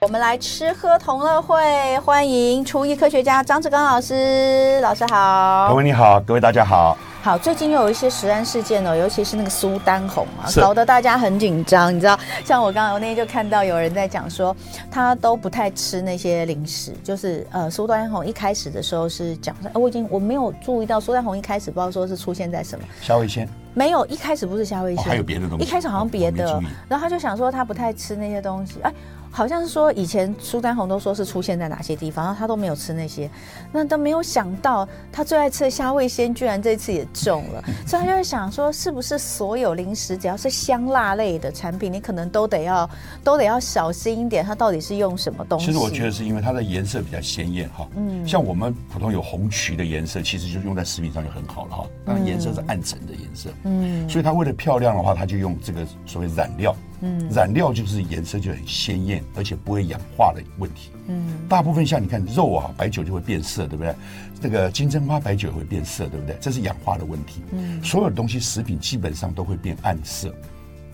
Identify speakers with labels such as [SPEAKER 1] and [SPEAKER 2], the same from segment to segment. [SPEAKER 1] 我们来吃喝同乐会，欢迎厨艺科学家张志刚老师，老师
[SPEAKER 2] 各
[SPEAKER 1] 好。
[SPEAKER 2] 位你好，各位大家好。
[SPEAKER 1] 好，最近又有一些食安事件哦，尤其是那个苏丹红啊，
[SPEAKER 2] 是
[SPEAKER 1] 搞得大家很紧张。你知道，像我刚刚我那天就看到有人在讲说，他都不太吃那些零食，就是呃苏丹红一开始的时候是讲说，呃我已经我没有注意到苏丹红一开始不知道说是出现在什么，
[SPEAKER 2] 夏味先，
[SPEAKER 1] 没有一开始不是虾味鲜、
[SPEAKER 2] 哦还有别的东西哦
[SPEAKER 1] 一开始好像别的，
[SPEAKER 2] 我没注意
[SPEAKER 1] 然后他就想说他不太吃那些东西，哎，好像是说以前苏丹红都说是出现在哪些地方，然后他都没有吃那些，那都没有想到他最爱吃的虾味鲜居然这次也中了，所以他就在想说是不是所有零食只要是香辣类的产品，你可能都得要都得要小心一点，它到底是用什么东西？
[SPEAKER 2] 其实我觉得是因为它的颜色比较鲜艳哈。嗯，像我们普通有红曲的颜色，其实就用在食品上就很好了哈。当然颜色是暗沉的颜色，嗯，所以它为了漂亮的话，它就用这个所谓染料。嗯，染料就是颜色就很鲜艳，而且不会氧化的问题。嗯，大部分像你看肉啊，白酒就会变色，对不对？这个金针花白酒也会变色，对不对？这是氧化的问题。嗯，所有东西食品基本上都会变暗色。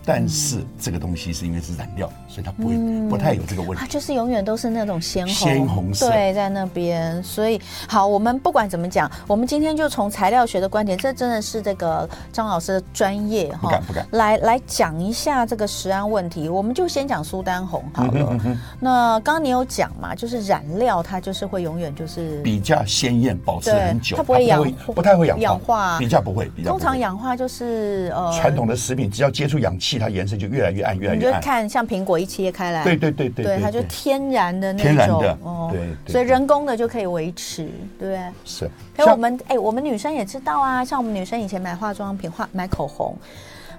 [SPEAKER 2] 但是这个东西是因为是染料，所以它不会、不太有这个问题
[SPEAKER 1] 它。啊就是永远都是那种鲜红，
[SPEAKER 2] 嗯鲜红色
[SPEAKER 1] 对，在那边。所以好，我们不管怎么讲，我们今天就从材料学的观点，这真的是这个张老师的专业
[SPEAKER 2] 不敢不敢
[SPEAKER 1] 来来讲一下这个食安问题。我们就先讲苏丹红好
[SPEAKER 2] 嗯
[SPEAKER 1] 了。那刚刚你有讲嘛，就是染料它就是会永远就是
[SPEAKER 2] 比较鲜艳，保持很
[SPEAKER 1] 对
[SPEAKER 2] 久，
[SPEAKER 1] 它不会氧
[SPEAKER 2] 不不太会氧化，
[SPEAKER 1] 氧化
[SPEAKER 2] 比较不会，比较
[SPEAKER 1] 通
[SPEAKER 2] 不会
[SPEAKER 1] 常氧化就是呃，
[SPEAKER 2] 传统的食品只要接触氧气，它颜色就越来越暗，越来
[SPEAKER 1] 你
[SPEAKER 2] 越
[SPEAKER 1] 就
[SPEAKER 2] 暗。
[SPEAKER 1] 看像苹果一切开来，
[SPEAKER 2] 对对对对
[SPEAKER 1] 它就天然的那种，哦
[SPEAKER 2] 天然的对对
[SPEAKER 1] 所以
[SPEAKER 2] 对
[SPEAKER 1] 人工的就可以维持，对不对。
[SPEAKER 2] 是。
[SPEAKER 1] 可我
[SPEAKER 2] 像
[SPEAKER 1] 们哎、我们女生也知道啊，像我们女生以前买化妆品、化买口红，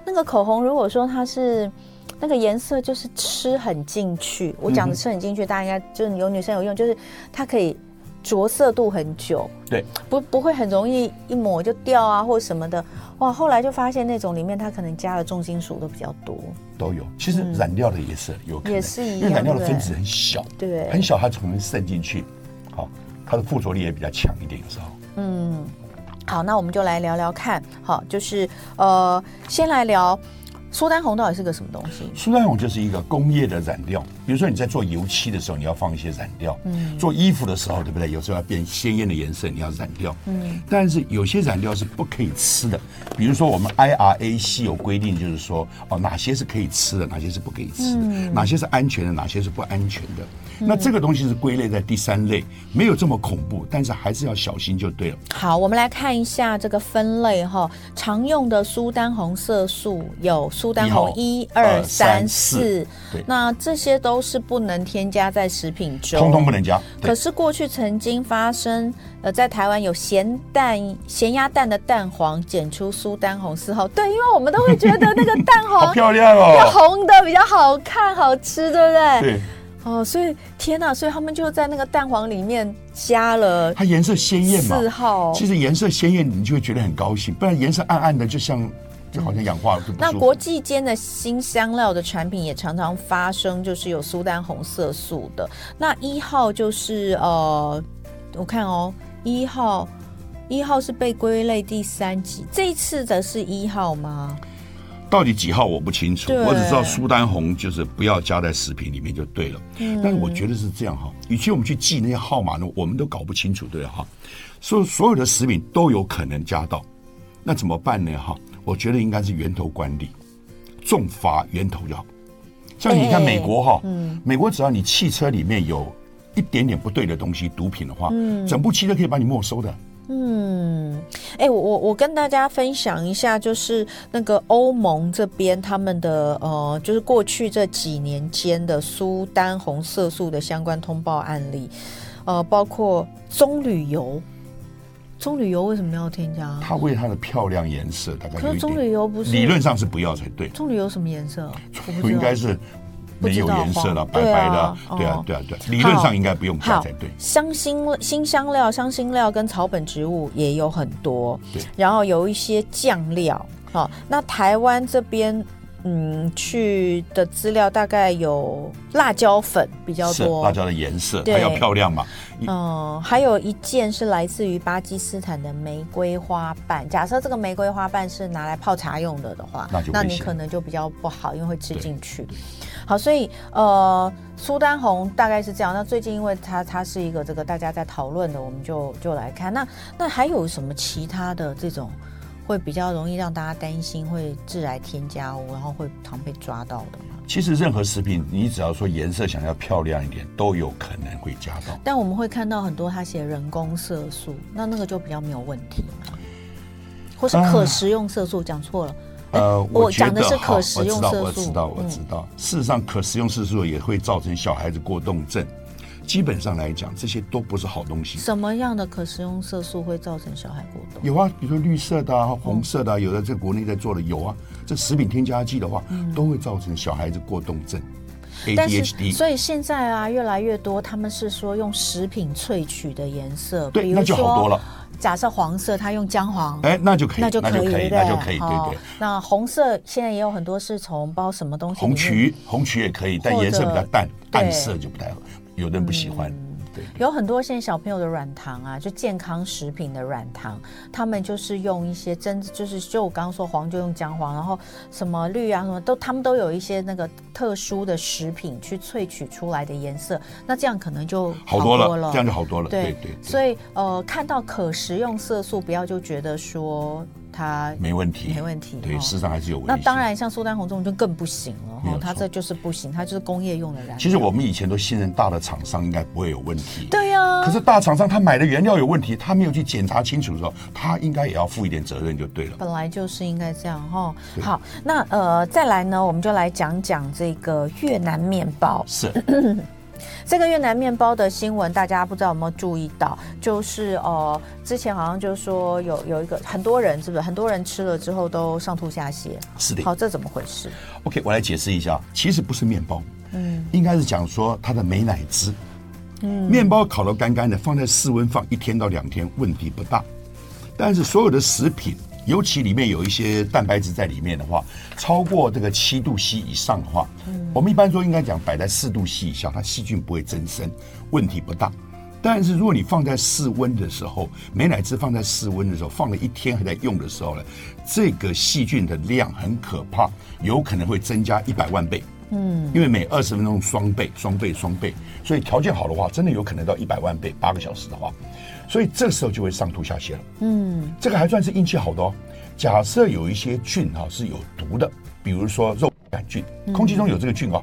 [SPEAKER 1] 那个口红如果说它是那个颜色就是吃很进去，我讲的吃很进去，大家应该就是有女生有用，就是它可以着色度很久，
[SPEAKER 2] 对
[SPEAKER 1] 不不会很容易一抹就掉啊或什么的。哇，后来就发现那种里面它可能加了重金属的比较多，
[SPEAKER 2] 都有，其实染料的也是有可能，
[SPEAKER 1] 嗯也是一样
[SPEAKER 2] 因为染料的
[SPEAKER 1] 对
[SPEAKER 2] 分子很小，
[SPEAKER 1] 对
[SPEAKER 2] 很小，它可能渗进去，好，它的附着力也比较强一点，有时候。
[SPEAKER 1] 好，那我们就来聊聊看，好，就是呃，先来聊苏丹红到底是个什么东西？
[SPEAKER 2] 苏丹红就是一个工业的染料，比如说你在做油漆的时候，你要放一些染料；
[SPEAKER 1] 嗯
[SPEAKER 2] 做衣服的时候，对不对？有时候要变鲜艳的颜色，你要染料。嗯，但是有些染料是不可以吃的，比如说我们 IRAC 有规定，就是说哦，哪些是可以吃的，哪些是不可以吃的，
[SPEAKER 1] 嗯
[SPEAKER 2] 哪些是安全的，哪些是不安全的。那这个东西是归类在第三类，没有这么恐怖，但是还是要小心就对了。
[SPEAKER 1] 好，我们来看一下这个分类哈。常用的苏丹红色素有苏丹红一
[SPEAKER 2] 一
[SPEAKER 1] 二
[SPEAKER 2] 二
[SPEAKER 1] 三
[SPEAKER 2] 三
[SPEAKER 1] 四
[SPEAKER 2] 四，对
[SPEAKER 1] 那这些都是不能添加在食品中，
[SPEAKER 2] 通通不能加，对
[SPEAKER 1] 可是过去曾经发生，呃，在台湾有咸蛋、咸鸭蛋的蛋黄检出苏丹红四号，对，因为我们都会觉得那个蛋
[SPEAKER 2] 好
[SPEAKER 1] 黄
[SPEAKER 2] 漂亮
[SPEAKER 1] 要
[SPEAKER 2] 哦，
[SPEAKER 1] 红的比较好看、好吃，对不对？
[SPEAKER 2] 对。
[SPEAKER 1] 哦，所以天呐，所以他们就在那个蛋黄里面加了
[SPEAKER 2] 它颜色鲜艳嘛，
[SPEAKER 1] 四号。
[SPEAKER 2] 其实颜色鲜艳，你就会觉得很高兴；不然颜色暗暗的，就像就好像氧化了，就不
[SPEAKER 1] 那
[SPEAKER 2] 舒
[SPEAKER 1] 国
[SPEAKER 2] 服。
[SPEAKER 1] 际间的新香料的产品也常常发生，就是有苏丹红色素的。那一号就是呃，我看哦，一号一号是被归类第三级，这一次的是一号吗？
[SPEAKER 2] 到底几号我不清楚，
[SPEAKER 1] 对
[SPEAKER 2] 我只知道苏丹红就是不要加在食品里面就对了。
[SPEAKER 1] 嗯
[SPEAKER 2] 但是我觉得是这样哈，与其我们去记那些号码呢，我们都搞不清楚，对了哈。所以所有的食品都有可能加到，那怎么办呢？哈，我觉得应该是源头管理，重罚源头要。像你看
[SPEAKER 1] 哎
[SPEAKER 2] 美国哈，美国只要你汽车里面有一点点不对的东西，毒品的话，整部汽车可以把你没收的。
[SPEAKER 1] 嗯，哎、我我我跟大家分享一下，就是那个欧盟这边他们的呃，就是过去这几年间的苏丹红色素的相关通报案例，呃，包括棕榈油，棕榈油为什么要添加？
[SPEAKER 2] 它为它的漂亮颜色大概
[SPEAKER 1] 可
[SPEAKER 2] 有
[SPEAKER 1] 是
[SPEAKER 2] 一
[SPEAKER 1] 棕榈
[SPEAKER 2] 点，
[SPEAKER 1] 油不是
[SPEAKER 2] 理论上是不要才对，
[SPEAKER 1] 棕榈油什么颜色？啊我不知道
[SPEAKER 2] 应该是没有颜色了，白白的啊，
[SPEAKER 1] 不知道
[SPEAKER 2] 对
[SPEAKER 1] 哦
[SPEAKER 2] 啊，对啊，对啊，理论上应该不用加
[SPEAKER 1] 好
[SPEAKER 2] 才对。
[SPEAKER 1] 香辛新香料、香辛料跟草本植物也有很多
[SPEAKER 2] 对，
[SPEAKER 1] 然后有一些酱料。好、那台湾这边嗯去的资料大概有辣椒粉比较
[SPEAKER 2] 是
[SPEAKER 1] 多，
[SPEAKER 2] 辣椒的颜色，
[SPEAKER 1] 对
[SPEAKER 2] 它要漂亮嘛。一
[SPEAKER 1] 哦，还有一件是来自于巴基斯坦的玫瑰花瓣。假设这个玫瑰花瓣是拿来泡茶用的的话，
[SPEAKER 2] 那就危险
[SPEAKER 1] 你可能就比较不好，因为会吃进去。好，所以呃，苏丹红大概是这样。那最近因为它它是一个这个大家在讨论的，我们就就来看。那那还有什么其他的这种会比较容易让大家担心会致癌添加物，然后会常被抓到的吗？
[SPEAKER 2] 其实任何食品，你只要说颜色想要漂亮一点，都有可能会加到。
[SPEAKER 1] 但我们会看到很多他写人工色素，那那个就比较没有问题嘛，或是可食用色素，讲错了，
[SPEAKER 2] 啊呃，
[SPEAKER 1] 哎我
[SPEAKER 2] 觉
[SPEAKER 1] 讲的
[SPEAKER 2] 得
[SPEAKER 1] 是
[SPEAKER 2] 哈
[SPEAKER 1] 可食用色
[SPEAKER 2] 我
[SPEAKER 1] 素嗯
[SPEAKER 2] 知道，我知道，我知道。事实上，可食用色素也会造成小孩子过动症。基本上来讲，这些都不是好东西。
[SPEAKER 1] 什么样的可食用色素会造成小孩过动？
[SPEAKER 2] 有啊，比如说绿色的啊、红
[SPEAKER 1] 嗯
[SPEAKER 2] 色的、啊，有的在国内在做的有啊。这食品添加剂的话，都会造成小孩子过动症
[SPEAKER 1] 嗯但是，
[SPEAKER 2] ，ADHD。
[SPEAKER 1] 所以现在啊，越来越多他们是说用食品萃取的颜色，
[SPEAKER 2] 对
[SPEAKER 1] 比如
[SPEAKER 2] 那就好多了
[SPEAKER 1] 说假设黄色，它用姜黄，
[SPEAKER 2] 哎，那就可以，
[SPEAKER 1] 那就可以，对不对
[SPEAKER 2] 那就可以，对
[SPEAKER 1] 哦
[SPEAKER 2] 对。
[SPEAKER 1] 那红色现在也有很多是从包什么东西里
[SPEAKER 2] 红
[SPEAKER 1] 面
[SPEAKER 2] 曲，红曲也可以，但
[SPEAKER 1] 或
[SPEAKER 2] 颜色
[SPEAKER 1] 者
[SPEAKER 2] 比较淡，
[SPEAKER 1] 对嗯
[SPEAKER 2] 暗色就不太好，有的人不喜欢。对，
[SPEAKER 1] 有很多现在小朋友的软糖啊，就健康食品的软糖，他们就是用一些真，就是就我刚刚说黄就用姜黄，然后什么绿啊什么都，他们都有一些那个特殊的食品去萃取出来的颜色，那这样可能就
[SPEAKER 2] 好多了，这样就好多了。对
[SPEAKER 1] 对
[SPEAKER 2] 对，对
[SPEAKER 1] 所以呃，看到可食用色素，不要就觉得说它
[SPEAKER 2] 没问题，
[SPEAKER 1] 没问题
[SPEAKER 2] 对，
[SPEAKER 1] 哦
[SPEAKER 2] 事实上还是有危
[SPEAKER 1] 那
[SPEAKER 2] 险。
[SPEAKER 1] 当，然像苏丹红这种就更不行了
[SPEAKER 2] 没有
[SPEAKER 1] 哦，它
[SPEAKER 2] 错
[SPEAKER 1] 这就是不行，它就是工业用的燃料。
[SPEAKER 2] 其实我们以前都信任大的厂商应该不会有问题。
[SPEAKER 1] 对啊呀、
[SPEAKER 2] 可是大厂商他买的原料有问题，他没有去检查清楚的时候，他应该也要负一点责任就对了。
[SPEAKER 1] 本来就是应该这样哈。好，那呃，再来呢，我们就来讲讲这个越南面包。
[SPEAKER 2] 是，
[SPEAKER 1] 这个越南面包的新闻，大家不知道有没有注意到？就是呃，之前好像就说有有一个很多人，是不是很多人吃了之后都上吐下泻？
[SPEAKER 2] 是的
[SPEAKER 1] 好，这怎么回事？
[SPEAKER 2] OK，我来解释一下，其实不是面包，嗯，应该是讲说它的美乃滋，嗯，面包烤得干干的，放在室温放一天到两天问题不大，但是所有的食品，尤其里面有一些蛋白质在里面的话，超过这个七度 C 以上的话，我们一般说应该讲摆在四度 C 以下，它细菌不会增生，问题不大。但是如果你放在室温的时候，美乃滋放在室温的时候，放了一天还在用的时候呢，这个细菌的量很可怕，有可能会增加一百万倍。嗯，因为每二十分钟双倍、双倍、双倍，所以条件好的话，真的有可能到一百万倍，八个小时的话，所以这时候就会上吐下泻了。这个还算是运气好的哦。假设有一些菌哈、是有毒的，比如说肉杆菌，空气中有这个菌哦。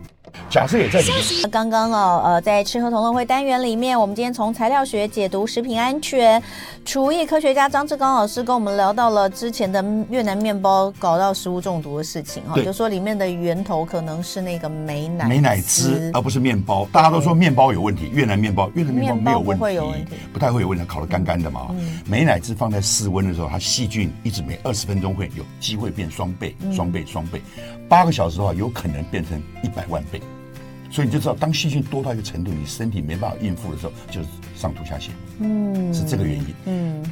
[SPEAKER 2] 假设也在里面，
[SPEAKER 1] 刚刚哦，呃，在吃喝同乐会单元里面，我们今天从材料学解读食品安全，厨艺科学家张志刚老师跟我们聊到了之前的越南面包搞到食物中毒的事情哈、
[SPEAKER 2] 对
[SPEAKER 1] 就说里面的源头可能是那个美乃
[SPEAKER 2] 美乃滋而不是面包。大家都说面包有问题，越南面包，越南面包没有问
[SPEAKER 1] 面包不会
[SPEAKER 2] 题，
[SPEAKER 1] 有问题嗯
[SPEAKER 2] 不太会有问题，烤得干干的嘛。美乃滋放在室温的时候，它细菌一直每二十分钟会有机会变双倍、
[SPEAKER 1] 嗯
[SPEAKER 2] 双倍、双倍，八个小时的话，有可能变成一百万倍。所以你就知道，当细菌多到一个程度，你身体没办法应付的时候，就是上吐下泻。嗯，是这个原因。嗯，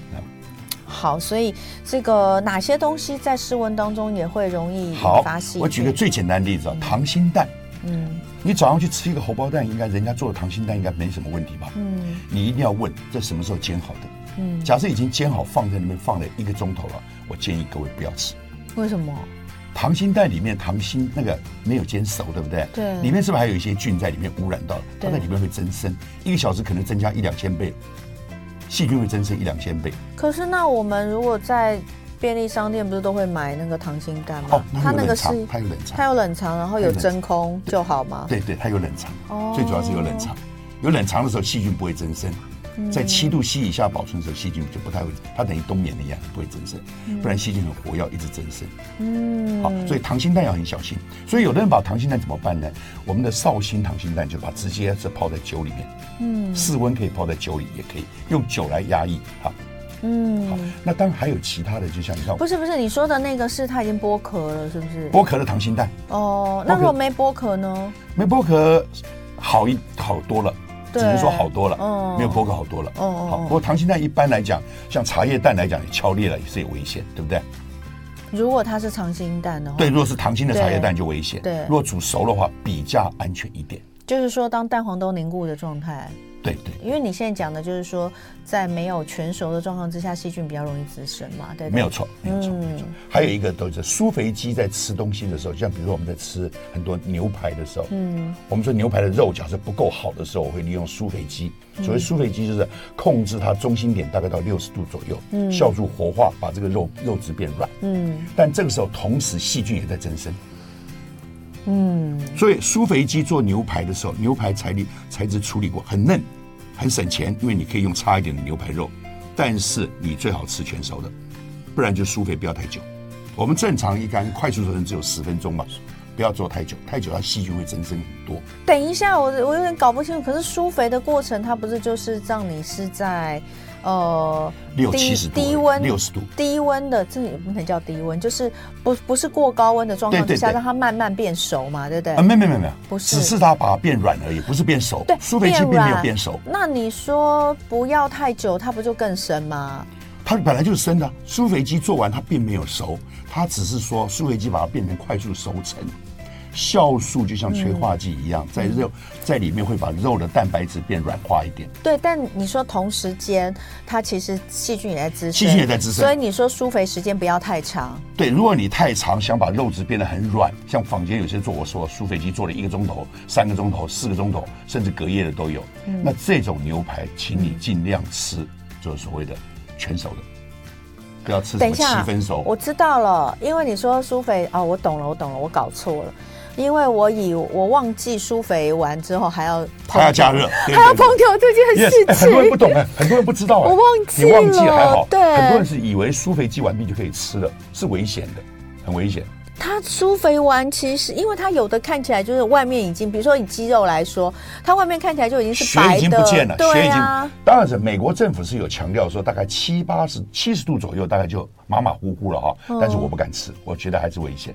[SPEAKER 1] 好，所以这个哪些东西在室温当中也会容易引
[SPEAKER 2] 好
[SPEAKER 1] 发细，菌？
[SPEAKER 2] 我举个最简单的例子啊，溏心蛋。嗯，你早上去吃一个荷包蛋，应该人家做的溏心蛋应该没什么问题吧？嗯，你一定要问这什么时候煎好的。嗯，假设已经煎好放在那边放了一个钟头了，我建议各位不要吃。
[SPEAKER 1] 为什么？
[SPEAKER 2] 溏心蛋里面溏心那个没有煎熟，对不对？
[SPEAKER 1] 对
[SPEAKER 2] 里面是不是还有一些菌在里面污染到了？它
[SPEAKER 1] 对
[SPEAKER 2] 在里面会增生，一个小时可能增加一两千倍，细菌会增生一两千倍。
[SPEAKER 1] 可是那我们如果在便利商店不是都会买那个溏心蛋吗？
[SPEAKER 2] 哦，它有冷
[SPEAKER 1] 是
[SPEAKER 2] 藏，它有冷藏，
[SPEAKER 1] 它有冷藏，然后有
[SPEAKER 2] 它有冷藏
[SPEAKER 1] 真空就好吗？
[SPEAKER 2] 对对，它有冷藏，
[SPEAKER 1] 哦
[SPEAKER 2] 最主要是有冷藏。有冷藏的时候，细菌不会增生。
[SPEAKER 1] 嗯
[SPEAKER 2] 在七度 C 以下保存的时候，细菌就不太会，它等于冬眠了一样，不会增生。
[SPEAKER 1] 嗯
[SPEAKER 2] 不然细菌很活跃，一直增生。嗯，好，所以溏心蛋要很小心。所以有的人把溏心蛋怎么办呢？我们的绍兴溏心蛋就把直接是泡在酒里面，嗯，室温可以泡在酒里，也可以用酒来压抑。好，嗯，好。那当然还有其他的，就像你看
[SPEAKER 1] 不是不是，你说的那个是它已经剥壳了，是不是？
[SPEAKER 2] 剥壳的溏心蛋，
[SPEAKER 1] 哦，那
[SPEAKER 2] 剥壳
[SPEAKER 1] 如果没剥壳呢？
[SPEAKER 2] 没剥壳好一好多了，只
[SPEAKER 1] 对
[SPEAKER 2] 能说好多了，
[SPEAKER 1] 嗯
[SPEAKER 2] 没有剥壳好多了。
[SPEAKER 1] 哦哦
[SPEAKER 2] 好，不过溏心蛋一般来讲，像茶叶蛋来讲，敲裂了也是有危险，对不对？
[SPEAKER 1] 如果它是长心蛋的话，
[SPEAKER 2] 对，如果是糖心的茶叶蛋就危险。
[SPEAKER 1] 嗯对对
[SPEAKER 2] 如果煮熟的话比较安全一点。
[SPEAKER 1] 就是说当蛋黄都凝固的状态，
[SPEAKER 2] 对对，
[SPEAKER 1] 因为你现在讲的就是说，在没有全熟的状况之下，细菌比较容易滋生嘛，对不对？嗯
[SPEAKER 2] 没有错，没有错，没有错。还有一个都是苏肥鸡在吃东西的时候，像比如说我们在吃很多牛排的时候，嗯，我们说牛排的肉假设不够好的时候，我会利用苏肥鸡。
[SPEAKER 1] 嗯
[SPEAKER 2] 所谓苏肥鸡就是控制它中心点大概到六十度左右，嗯，酵素活化，把这个肉肉质变软。
[SPEAKER 1] 嗯
[SPEAKER 2] 但这个时候同时细菌也在增生。嗯，所以苏肥鸡做牛排的时候，牛排材料材质处理过，很嫩，很省钱，因为你可以用差一点的牛排肉，但是你最好吃全熟的，不然就苏肥不要太久。我们正常一干快速熟成只有十分钟嘛，不要做太久，太久它细菌会增生很多。
[SPEAKER 1] 等一下，我我有点搞不清楚。可是疏肥的过程，它不是就是让你是在呃
[SPEAKER 2] 六
[SPEAKER 1] 低
[SPEAKER 2] 七十度而已
[SPEAKER 1] 低温
[SPEAKER 2] 60度
[SPEAKER 1] 低温的，这也不能叫低温，就是不不是过高温的状况
[SPEAKER 2] 对对
[SPEAKER 1] 之下，
[SPEAKER 2] 对
[SPEAKER 1] 让它慢慢变熟嘛，对不对？
[SPEAKER 2] 啊，没有没有没有没有，
[SPEAKER 1] 不是
[SPEAKER 2] 只是它把它变软而已，不是变熟。
[SPEAKER 1] 对，
[SPEAKER 2] 苏肥鸡并没有变熟
[SPEAKER 1] 软，那你说不要太久，它不就更生吗？
[SPEAKER 2] 它本来就是生的。苏肥鸡做完它并没有熟，它只是说苏肥鸡把它变成快速熟成。酵素就像催化剂一样，
[SPEAKER 1] 嗯
[SPEAKER 2] 在肉在里面会把肉的蛋白质变软化一点。
[SPEAKER 1] 对，但你说同时间，它其实细菌也在滋生，
[SPEAKER 2] 细菌也在滋生
[SPEAKER 1] 所以你说疏肥时间不要太长，
[SPEAKER 2] 对，如果你太长，想把肉质变得很软，像坊间有些做我说苏肥鸡做了一个钟头、三个钟头、四个钟头，甚至隔夜的都有。
[SPEAKER 1] 嗯
[SPEAKER 2] 那这种牛排，请你尽量吃，就是所谓的全熟的，不要吃什
[SPEAKER 1] 等一
[SPEAKER 2] 么七
[SPEAKER 1] 下，
[SPEAKER 2] 分熟。
[SPEAKER 1] 我知道了，因为你说苏肥哦，我懂了，我懂了，我搞错了，因为我以我忘记苏肥完之后还要烹
[SPEAKER 2] 还要加热，对
[SPEAKER 1] 还要
[SPEAKER 2] 对对
[SPEAKER 1] 烹调这件
[SPEAKER 2] Yes，
[SPEAKER 1] 事
[SPEAKER 2] 哎
[SPEAKER 1] 情，
[SPEAKER 2] 很多人 不懂哎，很多人不知道 哎，
[SPEAKER 1] 我忘记
[SPEAKER 2] 你忘记还好
[SPEAKER 1] 了，对
[SPEAKER 2] 很多人是以为苏肥鸡完毕就可以吃了，是危险的，很危险。
[SPEAKER 1] 它酥肥丸其实，因为它有的看起来就是外面已经，比如说以鸡肉来说，它外面看起来就已经是
[SPEAKER 2] 血
[SPEAKER 1] 白的，
[SPEAKER 2] 已经不见了，血
[SPEAKER 1] 对
[SPEAKER 2] 已经
[SPEAKER 1] 啊，。
[SPEAKER 2] 当然是美国政府是有强调说，大概七八十、七十度左右，大概就马马虎虎了哈、
[SPEAKER 1] 哦
[SPEAKER 2] 但是我不敢吃，我觉得还是危险。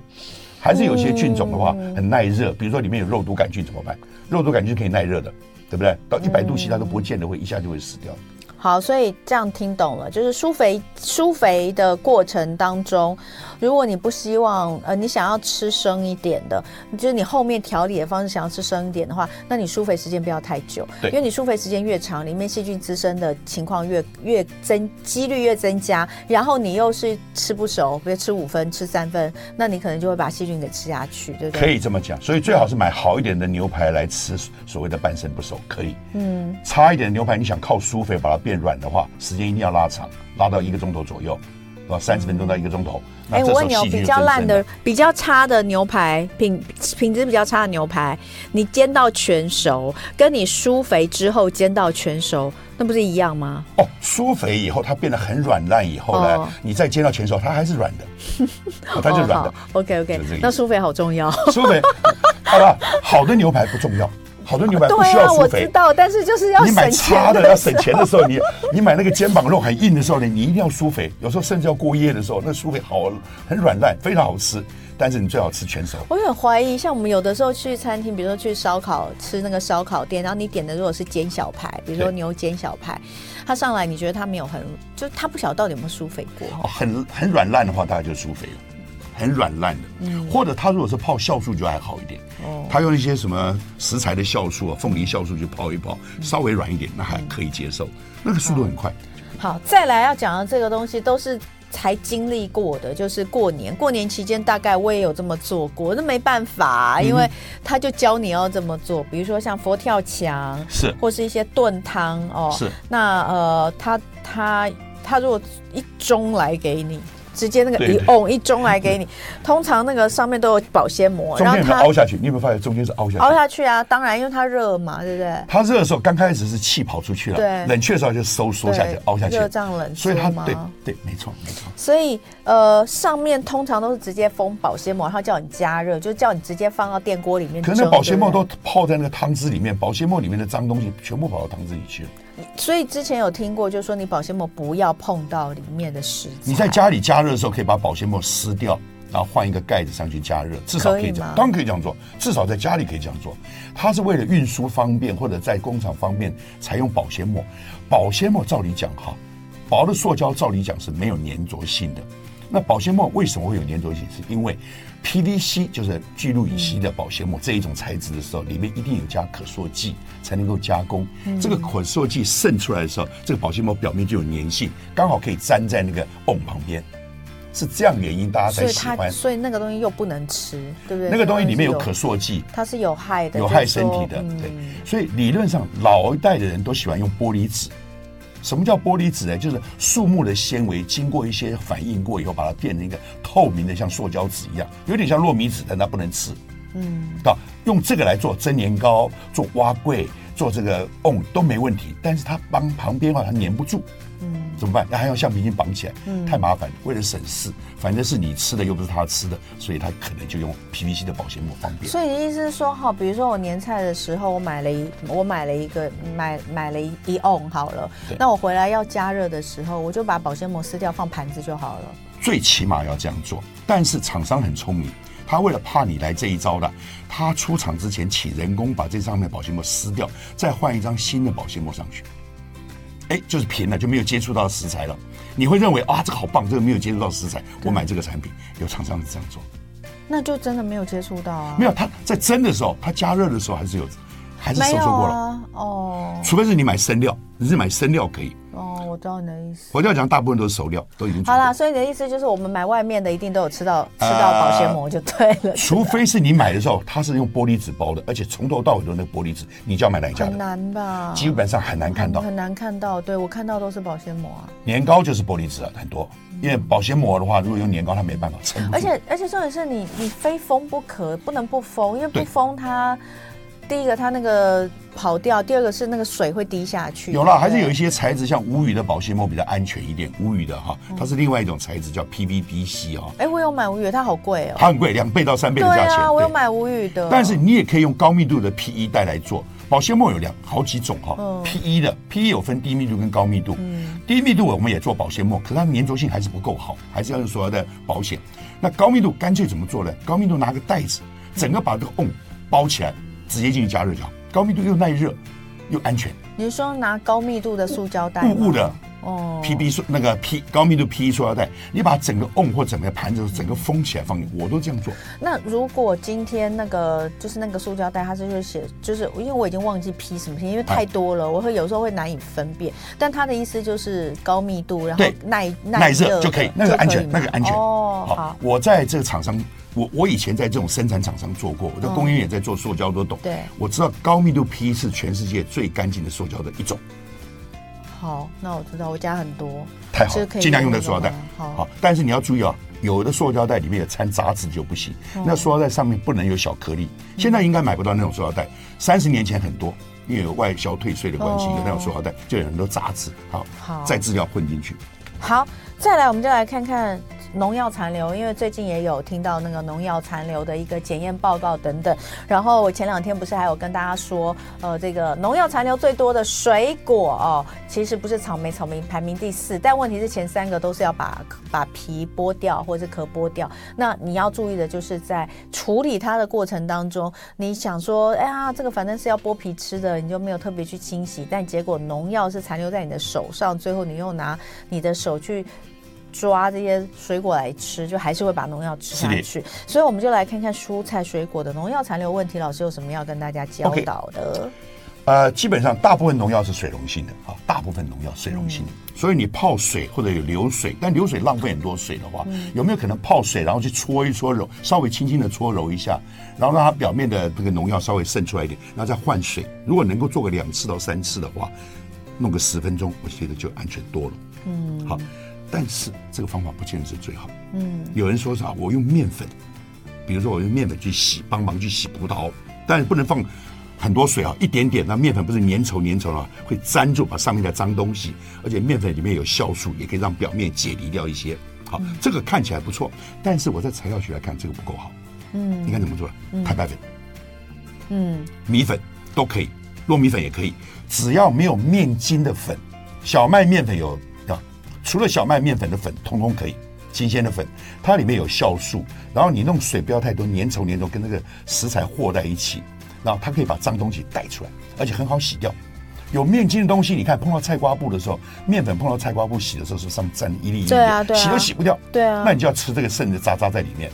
[SPEAKER 2] 还是有些菌种的话
[SPEAKER 1] 嗯
[SPEAKER 2] 很耐热，比如说里面有肉毒杆菌怎么办？肉毒杆菌可以耐热的，对不对？到一百度 C 它都不见得会一下就会死掉。
[SPEAKER 1] 好，所以这样听懂了，就是疏肥疏肥的过程当中，如果你不希望呃你想要吃生一点的，就是你后面调理的方式想要吃生一点的话，那你疏肥时间不要太久，
[SPEAKER 2] 对
[SPEAKER 1] 因为你疏肥时间越长，里面细菌滋生的情况越越增几率越增加，然后你又是吃不熟，比如吃五分吃三分，那你可能就会把细菌给吃下去，对不
[SPEAKER 2] 可
[SPEAKER 1] 对？
[SPEAKER 2] 以这么讲，所以最好是买好一点的牛排来吃所谓的半生不熟，可以。嗯，差一点的牛排，你想靠苏肥把它变软的话，时间一定要拉长，拉到一个钟头左右，到三十分钟到一个钟头。那
[SPEAKER 1] 哎，
[SPEAKER 2] 这
[SPEAKER 1] 我
[SPEAKER 2] 时
[SPEAKER 1] 问
[SPEAKER 2] 候
[SPEAKER 1] 你哦，
[SPEAKER 2] 细菌
[SPEAKER 1] 比
[SPEAKER 2] 就
[SPEAKER 1] 较
[SPEAKER 2] 增
[SPEAKER 1] 烂
[SPEAKER 2] 生
[SPEAKER 1] 的
[SPEAKER 2] 了、
[SPEAKER 1] 比较差的牛排品品质比较差的牛排，你煎到全熟，跟你疏肥之后煎到全熟，那不是一样吗？
[SPEAKER 2] 哦，苏肥以后它变得很软烂以后呢，
[SPEAKER 1] 哦你
[SPEAKER 2] 你再煎到全熟，它还是软的， 哦它就软的。
[SPEAKER 1] OK
[SPEAKER 2] 就
[SPEAKER 1] OK，
[SPEAKER 2] 这个意思
[SPEAKER 1] 那疏肥好重要。
[SPEAKER 2] 苏肥， 好吧，好的牛排不重要，好的牛排不需
[SPEAKER 1] 对
[SPEAKER 2] 要
[SPEAKER 1] 啊，
[SPEAKER 2] 苏
[SPEAKER 1] 我知
[SPEAKER 2] 肥。
[SPEAKER 1] 道，但是就是要
[SPEAKER 2] 你买
[SPEAKER 1] 省
[SPEAKER 2] 差
[SPEAKER 1] 钱
[SPEAKER 2] 的要省钱的时候，你你买那个肩膀肉很硬的时候呢，你一定要酥肥。有时候甚至要过夜的时候，那酥肥好很软烂，非常好吃。但是你最好吃全熟。
[SPEAKER 1] 我有点怀疑，像我们有的时候去餐厅，比如说去烧烤吃那个烧烤店，然后你点的如果是煎小排，比如说
[SPEAKER 2] 对
[SPEAKER 1] 牛煎小排，它上来你觉得它没有很，就它不晓得到底有没有疏肥过。
[SPEAKER 2] 哦，很很软烂的话，大概就是酥肥了，很软烂的。
[SPEAKER 1] 嗯
[SPEAKER 2] 或者它如果是泡酵素就还好一点。哦，它用一些什么食材的酵素啊，凤梨酵素去泡一泡，稍微软一点，那还可以接受。那个速度很快。
[SPEAKER 1] 哦好，再来要讲的这个东西都是才经历过的，就是过年，过年期间大概我也有这么做过，那没办法、啊
[SPEAKER 2] 嗯
[SPEAKER 1] 因为他就教你要这么做，比如说像佛跳墙，
[SPEAKER 2] 是
[SPEAKER 1] 或是一些炖汤哦，
[SPEAKER 2] 是，
[SPEAKER 1] 那呃，他他他如果一盅来给你。直接那个
[SPEAKER 2] 对嗯
[SPEAKER 1] 一瓮一盅来给你，通常那个上面都有保鲜膜，
[SPEAKER 2] 中间有没有
[SPEAKER 1] 它
[SPEAKER 2] 凹下去？你有没有发现中间是凹下去？
[SPEAKER 1] 熬下去啊，当然因为它热嘛，对不对？
[SPEAKER 2] 它热的时候，刚开始是气跑出去了，
[SPEAKER 1] 对
[SPEAKER 2] 冷却的时候就收缩下去
[SPEAKER 1] 对，
[SPEAKER 2] 凹下去，
[SPEAKER 1] 热胀冷缩
[SPEAKER 2] 所以它
[SPEAKER 1] 嘛
[SPEAKER 2] 对对，没错没错，
[SPEAKER 1] 所以呃，上面通常都是直接封保鲜膜，然后叫你加热，就叫你直接放到电锅里面
[SPEAKER 2] 可
[SPEAKER 1] 蒸。
[SPEAKER 2] 能那保鲜膜
[SPEAKER 1] 对
[SPEAKER 2] 都泡在那个汤汁里面，保鲜膜里面的脏东西全部跑到汤汁里去了。
[SPEAKER 1] 不对所以之前有听过，就是说你保鲜膜不要碰到里面的食材。
[SPEAKER 2] 你在家里加热的时候，可以把保鲜膜撕掉，然后换一个盖子上去加热，至少可以
[SPEAKER 1] 可以
[SPEAKER 2] 这
[SPEAKER 1] 吗
[SPEAKER 2] 样，当然可以这样做，至少在家里可以这样做。它是为了运输方便或者在工厂方便才用保鲜膜。保鲜膜照理讲哈，薄的塑胶照理讲是没有粘着性的，那保鲜膜为什么会有粘着性？是因为 PVC 就是聚氯乙烯的保鲜膜这一种材质的时候，里面一定有加可塑剂才能够加工。
[SPEAKER 1] 嗯
[SPEAKER 2] 这个可塑剂渗出来的时候，这个保鲜膜表面就有粘性，刚好可以粘在那个瓮旁边。是这样原因，大家
[SPEAKER 1] 所
[SPEAKER 2] 才
[SPEAKER 1] 以
[SPEAKER 2] 喜
[SPEAKER 1] 它
[SPEAKER 2] 欢。
[SPEAKER 1] 所以那个东西又不能吃，对不对？
[SPEAKER 2] 那个东西里面有
[SPEAKER 1] 那个
[SPEAKER 2] 可
[SPEAKER 1] 是
[SPEAKER 2] 塑剂，
[SPEAKER 1] 有，它是有害的，
[SPEAKER 2] 有害
[SPEAKER 1] 就是
[SPEAKER 2] 身
[SPEAKER 1] 说
[SPEAKER 2] 体的，对
[SPEAKER 1] 嗯。
[SPEAKER 2] 所以理论上，老一代的人都喜欢用玻璃纸。什么叫玻璃纸呢？就是树木的纤维经过一些反应过以后，把它变成一个透明的，像塑胶纸一样，有点像糯米纸，但它不能吃。嗯，到用这个来做蒸年糕、做蛙柜、做这个瓮都没问题，但是它帮旁边的话它粘不住。嗯，怎么办？那还要橡皮筋绑起来，太麻烦。为了省事，反正是你吃的，又不是他吃的，所以他可能就用 PVC 的保鲜膜方便。
[SPEAKER 1] 所以意思是说，哈，比如说我年菜的时候，我买了一我买了一个嗯买买了一一 on 好了
[SPEAKER 2] 对，
[SPEAKER 1] 那我回来要加热的时候，我就把保鲜膜撕掉放盘子就好了。
[SPEAKER 2] 最起码要这样做。但是厂商很聪明，他为了怕你来这一招的，他出厂之前请人工把这上面的保鲜膜撕掉，再换一张新的保鲜膜上去。哎，就是平了，就没有接触到食材了。你会认为啊，这个好棒，这个没有接触到食材，我买这个产品。有厂商是这样做，
[SPEAKER 1] 那就真的没有接触到啊，
[SPEAKER 2] 没有他在蒸的时候，他加热的时候还是有，还是
[SPEAKER 1] 没
[SPEAKER 2] 收
[SPEAKER 1] 有
[SPEAKER 2] 缩过了。
[SPEAKER 1] 啊，哦
[SPEAKER 2] 除非是你买生料，你是买生料可以。
[SPEAKER 1] 哦，我知道你的意思。
[SPEAKER 2] 我就要讲，大部分都是熟料，都已经准备
[SPEAKER 1] 好啦，所以你的意思就是我们买外面的一定都有吃到吃到保鲜膜就对了，
[SPEAKER 2] 除非呃是你买的时候，它是用玻璃纸包的，而且从头到尾都是那个玻璃纸，你就要买哪一家
[SPEAKER 1] 很
[SPEAKER 2] 的？
[SPEAKER 1] 难嗯吧？
[SPEAKER 2] 基本上很难看到。嗯
[SPEAKER 1] 很难看到，对我看到都是保鲜膜啊。
[SPEAKER 2] 年糕就是玻璃纸啊，很多。因为保鲜膜的话，如果用年糕，它没办法撑不住。
[SPEAKER 1] 而且而且重点是你你非封不可，不能不封，因为
[SPEAKER 2] 对
[SPEAKER 1] 不封它，第一个它那个跑掉，第二个是那个水会滴下去。
[SPEAKER 2] 有啦，
[SPEAKER 1] 对
[SPEAKER 2] 还
[SPEAKER 1] 不
[SPEAKER 2] 是
[SPEAKER 1] 对
[SPEAKER 2] 有一些材质，像无语的保鲜膜比较安全一点。无语的哈，它是另外一种材质，叫 PVDC 哈，
[SPEAKER 1] 哎、我有买无语，它好贵哦、
[SPEAKER 2] 它很贵，两倍到三倍的价
[SPEAKER 1] 对
[SPEAKER 2] 钱。
[SPEAKER 1] 啊，我有
[SPEAKER 2] 对
[SPEAKER 1] 买无语的。
[SPEAKER 2] 但是你也可以用高密度的 PE 带来做。保鲜膜有两好几种哈、p e 的 PE 有分低密度跟高密度，低密度我们也做保鲜膜，可是它粘着性还是不够好，还是要用所谓的保险。那高密度干脆怎么做呢？高密度拿个袋子，整个把这个瓮包起来，直接进去加热就好。高密度又耐热，又安全，
[SPEAKER 1] 你是说拿高密度的塑胶袋吗，
[SPEAKER 2] 雾雾的
[SPEAKER 1] 哦，
[SPEAKER 2] PB 塑那个 P 高密度 PE 塑料袋，你把整个瓮或整个盘子整个封起来放进，我都这样做。
[SPEAKER 1] 那如果今天那个就是那个塑胶袋，它是就写，就是因为我已经忘记批什么批，因为太多了，我会有时候会难以分辨。但它的意思就是高密度，然后
[SPEAKER 2] 对
[SPEAKER 1] 耐
[SPEAKER 2] 耐热
[SPEAKER 1] 的
[SPEAKER 2] 就可以，那个安全，
[SPEAKER 1] 吗
[SPEAKER 2] 那个安全。
[SPEAKER 1] 哦，好，
[SPEAKER 2] 我在这个厂商，我我以前在这种生产厂商做过，我在公园也在做塑胶，都懂。
[SPEAKER 1] 哦对
[SPEAKER 2] 我知道高密度 PE 是全世界最干净的塑胶的一种，
[SPEAKER 1] 好，那我知道，我家很多，
[SPEAKER 2] 太好
[SPEAKER 1] 就
[SPEAKER 2] 了
[SPEAKER 1] 是，可以
[SPEAKER 2] 尽量用
[SPEAKER 1] 那
[SPEAKER 2] 在
[SPEAKER 1] 个
[SPEAKER 2] 塑料袋
[SPEAKER 1] 吗。好，
[SPEAKER 2] 但是你要注意啊，有的塑胶袋里面有掺杂质就不行，
[SPEAKER 1] 哦
[SPEAKER 2] 那塑料袋上面不能有小颗粒。现在应该买不到那种塑料袋，三十年前很多。因为有外销退税的关系，
[SPEAKER 1] 哦
[SPEAKER 2] 有那种塑料袋就有很多杂质，好，
[SPEAKER 1] 好
[SPEAKER 2] 再制料混进去。
[SPEAKER 1] 好，再来我们就来看看农药残留，因为最近也有听到那个农药残留的一个检验报告等等。然后我前两天不是还有跟大家说，呃，这个农药残留最多的水果哦，其实不是草莓，草莓排名第四，但问题是前三个都是要把把皮剥掉或者是壳剥掉。那你要注意的就是在处理它的过程当中，你想说，哎呀，这个反正是要剥皮吃的，你就没有特别去清洗，但结果农药是残留在你的手上，最后你又拿你的手去。抓这些水果来吃，就还是会把农药吃下去，所以我们就来看看蔬菜水果的农药残留问题，老师有什么要跟大家教导的
[SPEAKER 2] 呃，基本上大部分农药是水溶性的啊，大部分农药水溶性的，所以你泡水或者有流水，但流水浪费很多水的话，有没有可能泡水然后去搓一搓揉，稍微轻轻的搓揉一下，然后让它表面的这个农药稍微渗出来一点，然后再换水。如果能够做个两次到三次的话，弄个十分钟，我觉得就安全多了。嗯，好，但是这个方法不见得是最好。嗯，有人说啥，我用面粉，比如说我用面粉去洗，帮忙去洗葡萄，但是不能放很多水啊，一点点，那面粉不是粘稠粘稠了，会粘住把上面的脏东西，而且面粉里面有酵素，也可以让表面解离掉一些。好，这个看起来不错，但是我在材料学来看，这个不够好。嗯，应该怎么做？太白粉，嗯，米粉都可以，糯米粉也可以，只要没有面筋的粉，小麦面粉有啊，除了小麦面粉的粉，通通可以。新鲜的粉，它里面有酵素，然后你弄水不要太多，粘稠粘稠，跟那个食材和在一起，然后它可以把脏东西带出来，而且很好洗掉。有面筋的东西，你看碰到菜瓜布的时候，面粉碰到菜瓜布洗的时候，是上沾一粒一粒
[SPEAKER 1] 对啊
[SPEAKER 2] 的，
[SPEAKER 1] 对啊
[SPEAKER 2] 洗都洗不掉。
[SPEAKER 1] 对啊
[SPEAKER 2] 那你就要吃这个剩的渣渣在里面。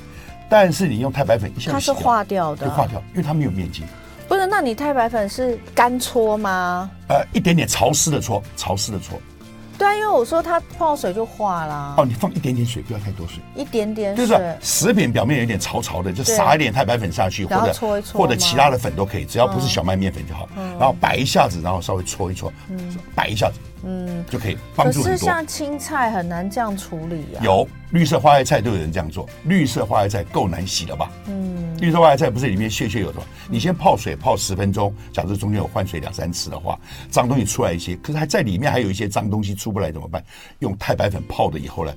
[SPEAKER 2] 但是你用太白粉一下
[SPEAKER 1] 它
[SPEAKER 2] 就是洗
[SPEAKER 1] 化掉
[SPEAKER 2] 就
[SPEAKER 1] 的，
[SPEAKER 2] 化掉，因为它没有面筋。
[SPEAKER 1] 不是？那你太白粉是干搓吗？
[SPEAKER 2] 呃，一点点潮湿的搓，潮湿的搓。
[SPEAKER 1] 对啊，因为我说它泡水就化啦，
[SPEAKER 2] 哦，你放一点点水，不要太多水。
[SPEAKER 1] 一点点
[SPEAKER 2] 就是
[SPEAKER 1] 水，
[SPEAKER 2] 说食品表面有点潮潮的，就撒一点太白粉下去，
[SPEAKER 1] 然
[SPEAKER 2] 或
[SPEAKER 1] 后
[SPEAKER 2] 者
[SPEAKER 1] 搓一搓嗯
[SPEAKER 2] 或者
[SPEAKER 1] 吗
[SPEAKER 2] 其他的粉都可以，只要不是小麦面粉就好。然后摆一下子，然后稍微搓一搓，摆一下子，嗯，就可以帮
[SPEAKER 1] 可
[SPEAKER 2] 助很
[SPEAKER 1] 是
[SPEAKER 2] 多。
[SPEAKER 1] 像青菜很难这样处理啊。
[SPEAKER 2] 有绿色花椰菜都有人这样做，绿色花椰菜够难洗了吧？嗯，绿色花椰菜不是里面屑屑有的吗？你先泡水泡十分钟，假如中间有换水两三次的话，脏东西出来一些，可是还在里面还有一些脏东西出不来怎么办？用太白粉泡的以后呢，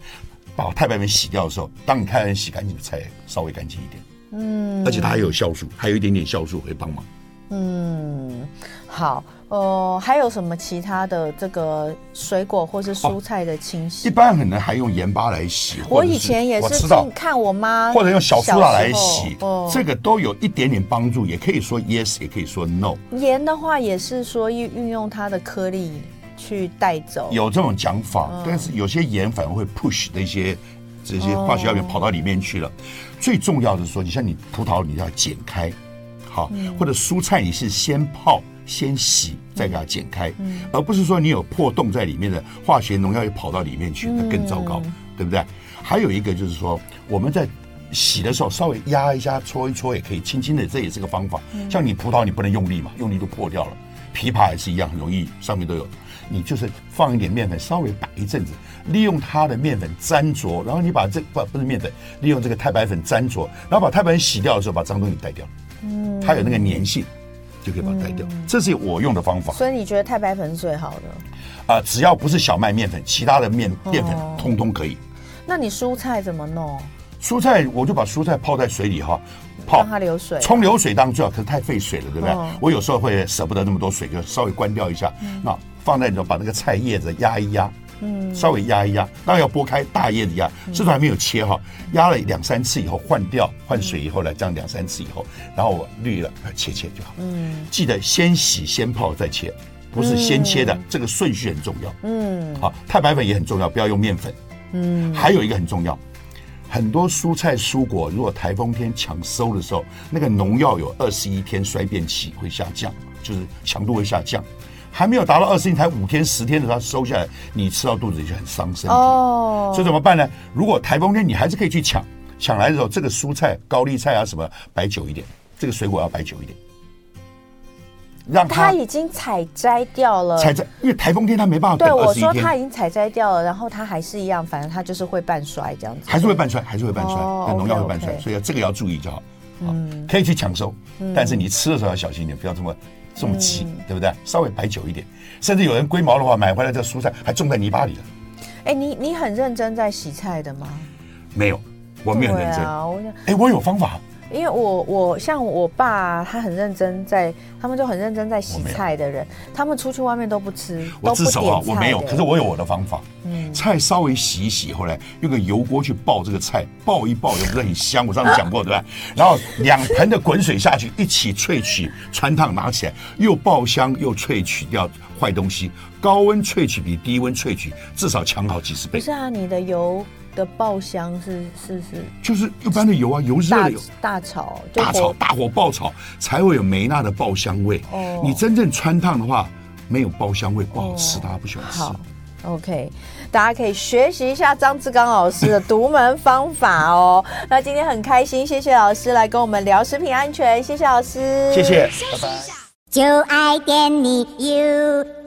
[SPEAKER 2] 把太白粉洗掉的时候，当你看洗干净的菜稍微干净一点，嗯，而且它还有酵素，还有一点点酵素会帮忙。
[SPEAKER 1] 嗯，好，呃，还有什么其他的这个水果或是蔬菜的清洗？
[SPEAKER 2] 一般很难还用盐巴来洗，或
[SPEAKER 1] 我
[SPEAKER 2] 者
[SPEAKER 1] 以前也
[SPEAKER 2] 我
[SPEAKER 1] 是
[SPEAKER 2] 知道
[SPEAKER 1] 进看我妈，
[SPEAKER 2] 或者用小苏打来
[SPEAKER 1] 小
[SPEAKER 2] 洗
[SPEAKER 1] 时候哦，
[SPEAKER 2] 这个都有一点点帮助，也可以说 yes，也可以说 no。
[SPEAKER 1] 盐的话也是说运运用它的颗粒去带走。
[SPEAKER 2] 有这种讲法，
[SPEAKER 1] 嗯
[SPEAKER 2] 但是有些盐反而会 push 的一些这些化学药
[SPEAKER 1] 哦
[SPEAKER 2] 品跑到里面去了。最重要的是说，你像你葡萄你要剪开，好，或者蔬菜你是先泡。先洗，再给它剪开，而不是说你有破洞在里面的化学农药也跑到里面去，那更糟糕，对不对？还有一个就是说，我们在洗的时候稍微压一下、搓一搓也可以，轻轻的，这也是个方法。像你葡萄，你不能用力嘛，用力就破掉了。枇杷也是一样，很容易上面都有。你就是放一点面粉，稍微摆一阵子，利用它的面粉粘着，然后你把这不不是面粉，利用这个太白粉粘着，然后把太白粉洗掉的时候，把脏东西带掉。它有那个粘性，就可以把它带掉。这是我用的方法
[SPEAKER 1] 所以你觉得太白粉是最好的？
[SPEAKER 2] 啊、只要不是小麦面粉，其他的面淀粉
[SPEAKER 1] 哦
[SPEAKER 2] 通通可以。
[SPEAKER 1] 那你蔬菜怎么弄？
[SPEAKER 2] 蔬菜我就把蔬菜泡在水里哈，泡
[SPEAKER 1] 让它流水啊
[SPEAKER 2] 冲流水当然最好，可是太费水了，对不对？
[SPEAKER 1] 嗯
[SPEAKER 2] 我有时候会舍不得那么多水，就稍微关掉一下，那放在里头把那个菜叶子压一压。嗯，稍微压一压，当然要剥开大叶子压，这段还没有切哈，压了两三次以后换掉，换水以后呢，这样两三次以后，然后我滤了切切就好。嗯，记得先洗先泡再切，不是先切的，这个顺序很重要。嗯，好，太白粉也很重要，不要用面粉。嗯，还有一个很重要，很多蔬菜蔬果，如果台风天抢收的时候，那个农药有二十一天衰变期会下降，就是强度会下降。还没有达到二十天，才五天、十天的时候，它收下来，你吃到肚子里就很伤身体。
[SPEAKER 1] 哦，
[SPEAKER 2] 所以怎么办呢？如果台风天你还是可以去抢，抢来的时候，这个蔬菜、高丽菜啊什么摆久一点，这个水果要摆久一点，让
[SPEAKER 1] 它
[SPEAKER 2] 它
[SPEAKER 1] 已经采摘掉了。
[SPEAKER 2] 采摘，因为台风天它没办法
[SPEAKER 1] 对，
[SPEAKER 2] 等
[SPEAKER 1] 我
[SPEAKER 2] 二十一
[SPEAKER 1] 说
[SPEAKER 2] 天
[SPEAKER 1] 它。已经采摘掉了，然后它还是一样，反正它就是会半衰这样子。
[SPEAKER 2] 还是会半衰，还是会半衰，
[SPEAKER 1] 哦
[SPEAKER 2] 对农药会
[SPEAKER 1] OK，OK
[SPEAKER 2] 半衰，所以这个要注意就好。嗯，可以去抢收，但是你吃的时候要小心一点，不要这
[SPEAKER 1] 嗯
[SPEAKER 2] 么这么急，对不对？稍微摆久一点，甚至有人龟毛的话，买回来这蔬菜还种在泥巴里了。
[SPEAKER 1] 哎、你你很认真在洗菜的吗？
[SPEAKER 2] 没有，我没有很认真
[SPEAKER 1] 对。啊，我想
[SPEAKER 2] 哎，我有方法，
[SPEAKER 1] 因为我我像我爸，他很认真在，他们就很认真在
[SPEAKER 2] 我
[SPEAKER 1] 洗
[SPEAKER 2] 没有
[SPEAKER 1] 菜的人，他们出去外面都不吃，
[SPEAKER 2] 我
[SPEAKER 1] 都
[SPEAKER 2] 自
[SPEAKER 1] 不
[SPEAKER 2] 首啊
[SPEAKER 1] 点，
[SPEAKER 2] 我没有，
[SPEAKER 1] 菜的
[SPEAKER 2] 可是我有我的方法。菜稍微洗一洗，后来用个油锅去爆这个菜，爆一爆，也不是很香。我上次讲过，对吧？然后两盆的滚水下去，一起萃取，穿烫拿起来，又爆香又萃取掉坏东西。高温萃取比低温萃取至少强好几十
[SPEAKER 1] 不
[SPEAKER 2] 倍，
[SPEAKER 1] 是啊，你的油的爆香是是是
[SPEAKER 2] 就是一般的油啊，油热
[SPEAKER 1] 大
[SPEAKER 2] 的油。
[SPEAKER 1] 大炒就
[SPEAKER 2] 大炒
[SPEAKER 1] 火
[SPEAKER 2] 大火爆炒才会有梅纳的爆香味。
[SPEAKER 1] 哦
[SPEAKER 2] 你真正穿烫的话，没有爆香味不好吃，大家不喜欢吃。
[SPEAKER 1] 好。OK，大家可以学习一下张志刚老师的独门方法哦。那今天很开心，谢谢老师来跟我们聊食品安全，谢谢老师，
[SPEAKER 2] 谢谢。
[SPEAKER 3] 就爱点你 UFO。